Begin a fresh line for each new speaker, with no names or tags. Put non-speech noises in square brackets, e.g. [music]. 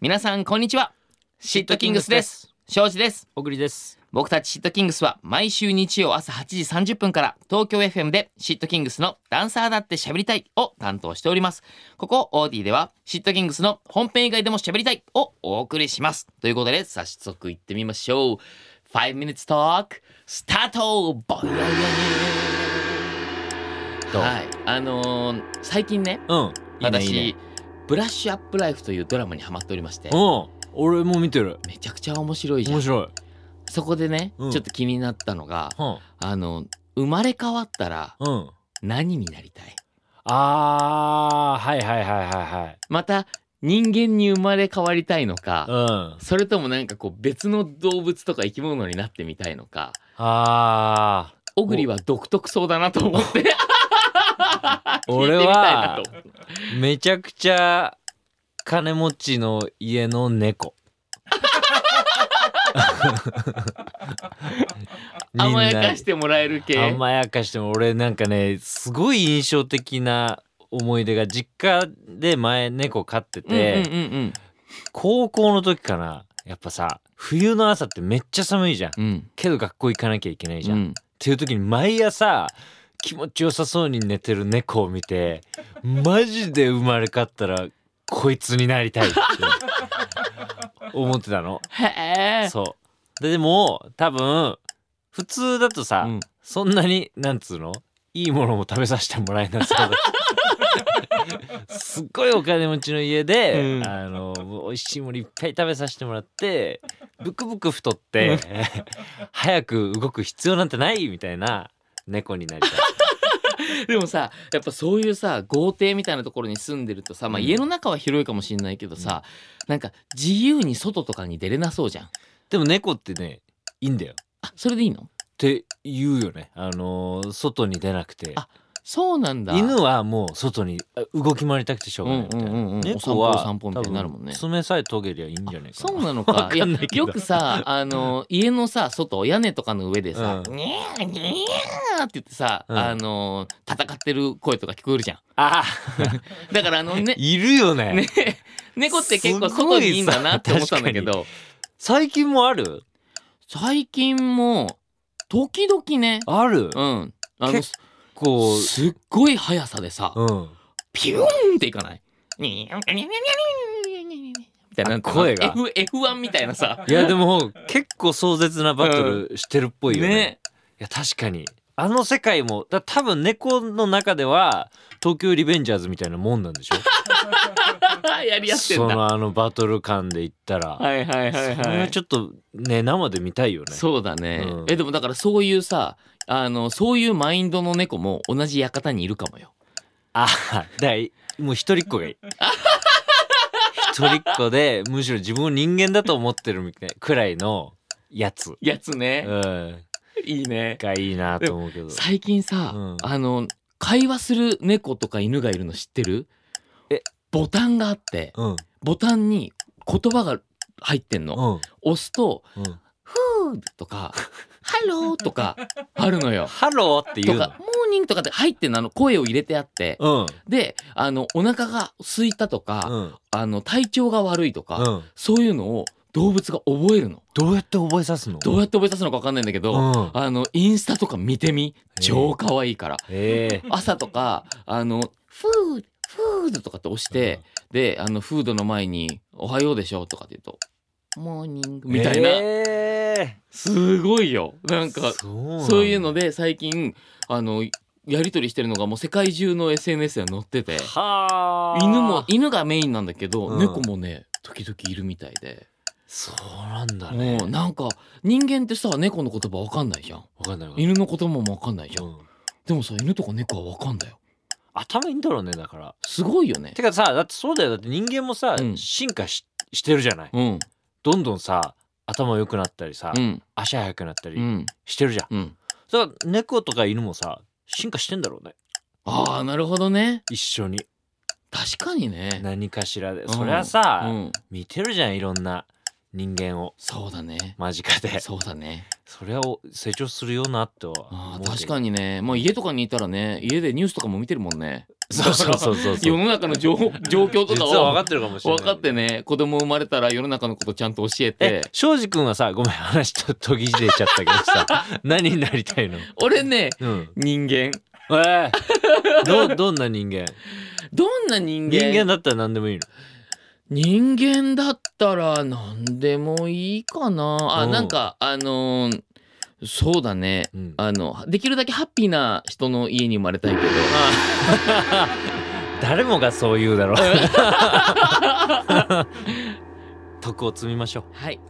皆さんこんにちはシットキングスです庄司です
小栗です
僕たちシットキングスは毎週日曜朝8時30分から東京 FM でシットキングスのダンサーだって喋りたいを担当しておりますここオーディではシットキングスの本編以外でも喋りたいをお送りしますということで早速行ってみましょう5 minutes talk スタートボイ
どう
はいあのー最近ね
うん
私
いいねいいね
ブラッシュアップライフというドラマにハマっておりまして
うん俺も見てる
めちゃくちゃ面白いじゃ
面
ん
白い
そこでね、
うん
ちょっと気になったのが
うん
あの生まれ変わったら
うん
何になりたい
あーはいはいはいはい
また人間に生まれ変わりたいのか、
はいうん
それともなんかこう別の動物とか生き物になってみたいのか
あ
小栗は独特そうだなと思って聞いて
ー
[laughs] み
俺
たいな
は
と
めちゃくちゃ金持ちの家の [laughs] 猫みんな
甘やかしてもらえる系
甘やかしても俺なんかねすごい印象的な思い出が実家で前猫飼って
うんうんうん
て、
うん
高校の時かなやっぱさ冬の朝ってめっちゃ寒いじゃん
うん
けど学校行かなきゃいけないじゃん、
う
っ
ん
ていう時に毎朝気持ちよさそうに寝てる猫を見てマジで生まれ変わったらこいつになりたいって思ってたの
へえ
そうででも多分普通だとさ、
うん
そんなになんつうのいいものも食べさせてもらえなそうだすっごいお金持ちの家で、
うん
あのもう美味しいものいっぱい食べさせてもらってブクブク太って [laughs] 早く動く必要なんてないみたいな猫になりたい。
[laughs] でもさやっぱそういうさ豪邸みたいなところに住んでるとさ、まあ、
うん
家の中は広いかもしれないけどさ、なんか自由に外とかに出れなそうじゃん
でも猫ってねいいんだよっ
あそれでいいの
て言うよね、あの外に出なくて
あそうなんだ
犬はもう外にあ動き回りたくてしょうがないみたいな。
うんうんうんうん
猫は
お散歩お散歩みたいになるもんね
多分爪さえ研げりゃいいんじゃないかな。
そうなの
わ
かい
か
や
んないけど
よくさあの家のさ外屋根とかの上でさ「
う
にゃーにゃー」って言ってさ、
うん
あの戦ってる声とか聞こえるじゃん
あ
だからあのね
いるよね
ね猫って結構
すご
外
い
にいいんだなって思ったんだけど
最近もある
最近も時々ね
ある
うんあの
結こう、
すっごい速さでさ、
うん、
ピューンっていかないにゃんにゃんにゃんにゃんにゃんにゃんにゃんにゃんみたいな
あ声が
F F1 みたいなさ
いやでも結構壮絶なバトルしてるっぽいよね。
ね [laughs]
いや確かにあの世界もだ多分猫の中では東京リベンジャーズみたいなもんなんでしょ
[laughs] やり合ってん
そ
だ
のあのバトル感で言ったら、
はいはいはい
それ
は
はいちょっとね生で見たいよね。
そうだね、
うん
えでもだからそういうさあのそういうマインドの猫も同じ館にいるかもよ
あだからもう一人っ子がいい一人っ子でむしろ自分を人間だと思ってるみたいくらいのやつ、
やつ
う
ね、
ん、
いいね
がいいなと思うけど
最近さ、
うん
あの会話する猫とか犬がいるの知ってる
え
ボタンがあって
うん
ボタンに言葉が入ってんの、
うん
押すと
うん
「フー」とか「ハロー」とかあるのよ。
ハローっ
と
て言うの
か「モーニング」とかって入ってんのあの声を入れてあって
うん
であのお腹が空いたとか、
うん
あの体調が悪いとか、
うん
そういうのを動物が覚えるの
どうやって覚えさすの
どうやって覚えさすのか分かんないんだけど、
うん
あのインスタとか見てみ超可愛いから
ええ
朝とかあの「フードフード」とかって押して、であのフードの前に「おはようでしょ」とかって言うと「モーニング」みたいな、
え
すごいよなん
ー
か
そうなんだ
そういうので最近あのやり取りしてるのがもう世界中の SNS で載ってて
はあ
犬も犬がメインなんだけど、
うん
猫もね時々いるみたいで、
そうなんだね
もうなんか人間ってさ猫の言葉わかんないじゃん
わかんないわかんない
犬の言葉もわかんないじゃん、
うん
でもさ犬とか猫はわかんだよ
頭いいんだろうねだから
すごいよね
てかさだってそうだよだって人間もさ、
うん
進化ししてるじゃない、
うん
どんどんさ頭良くなったりさ、
うん
足速くなった
う
り
ん
してるじゃん、
うん
だから猫とか犬もさ進化してんだろうね
ああなるほどね
一緒に
確かにね
何かしらで、
うん
そりゃさ、
うん
見てるじゃんいろんな人間を
そうだね
間近でそ
そうだね
りゃお成長するよなっては
あ
思
ー
う
確か
に
にねまあ家とかにいたらね家でニュースとかも見てるもんね
そうそうそうそう
世の中の情
[laughs]
報状況と
実
か
は分か
を
ってるかもしれな
分
い
かってね子供生まれたら世の中のことちゃんと教え
え
て
庄司君はさごめん話ちょっと途切れちゃったけどさ [laughs] 何になりたいの
俺ね
うん
人間
えー、どどんな人間
どんな人間
人間だったら何でもいいの
人間だったら何でもいいかなあ
うん
なんかあのーそうだね
うん
あのできるだけハッピーな人の家に生まれたいけど
誰もが [laughs] そう言うだろう徳を積みましょう
はい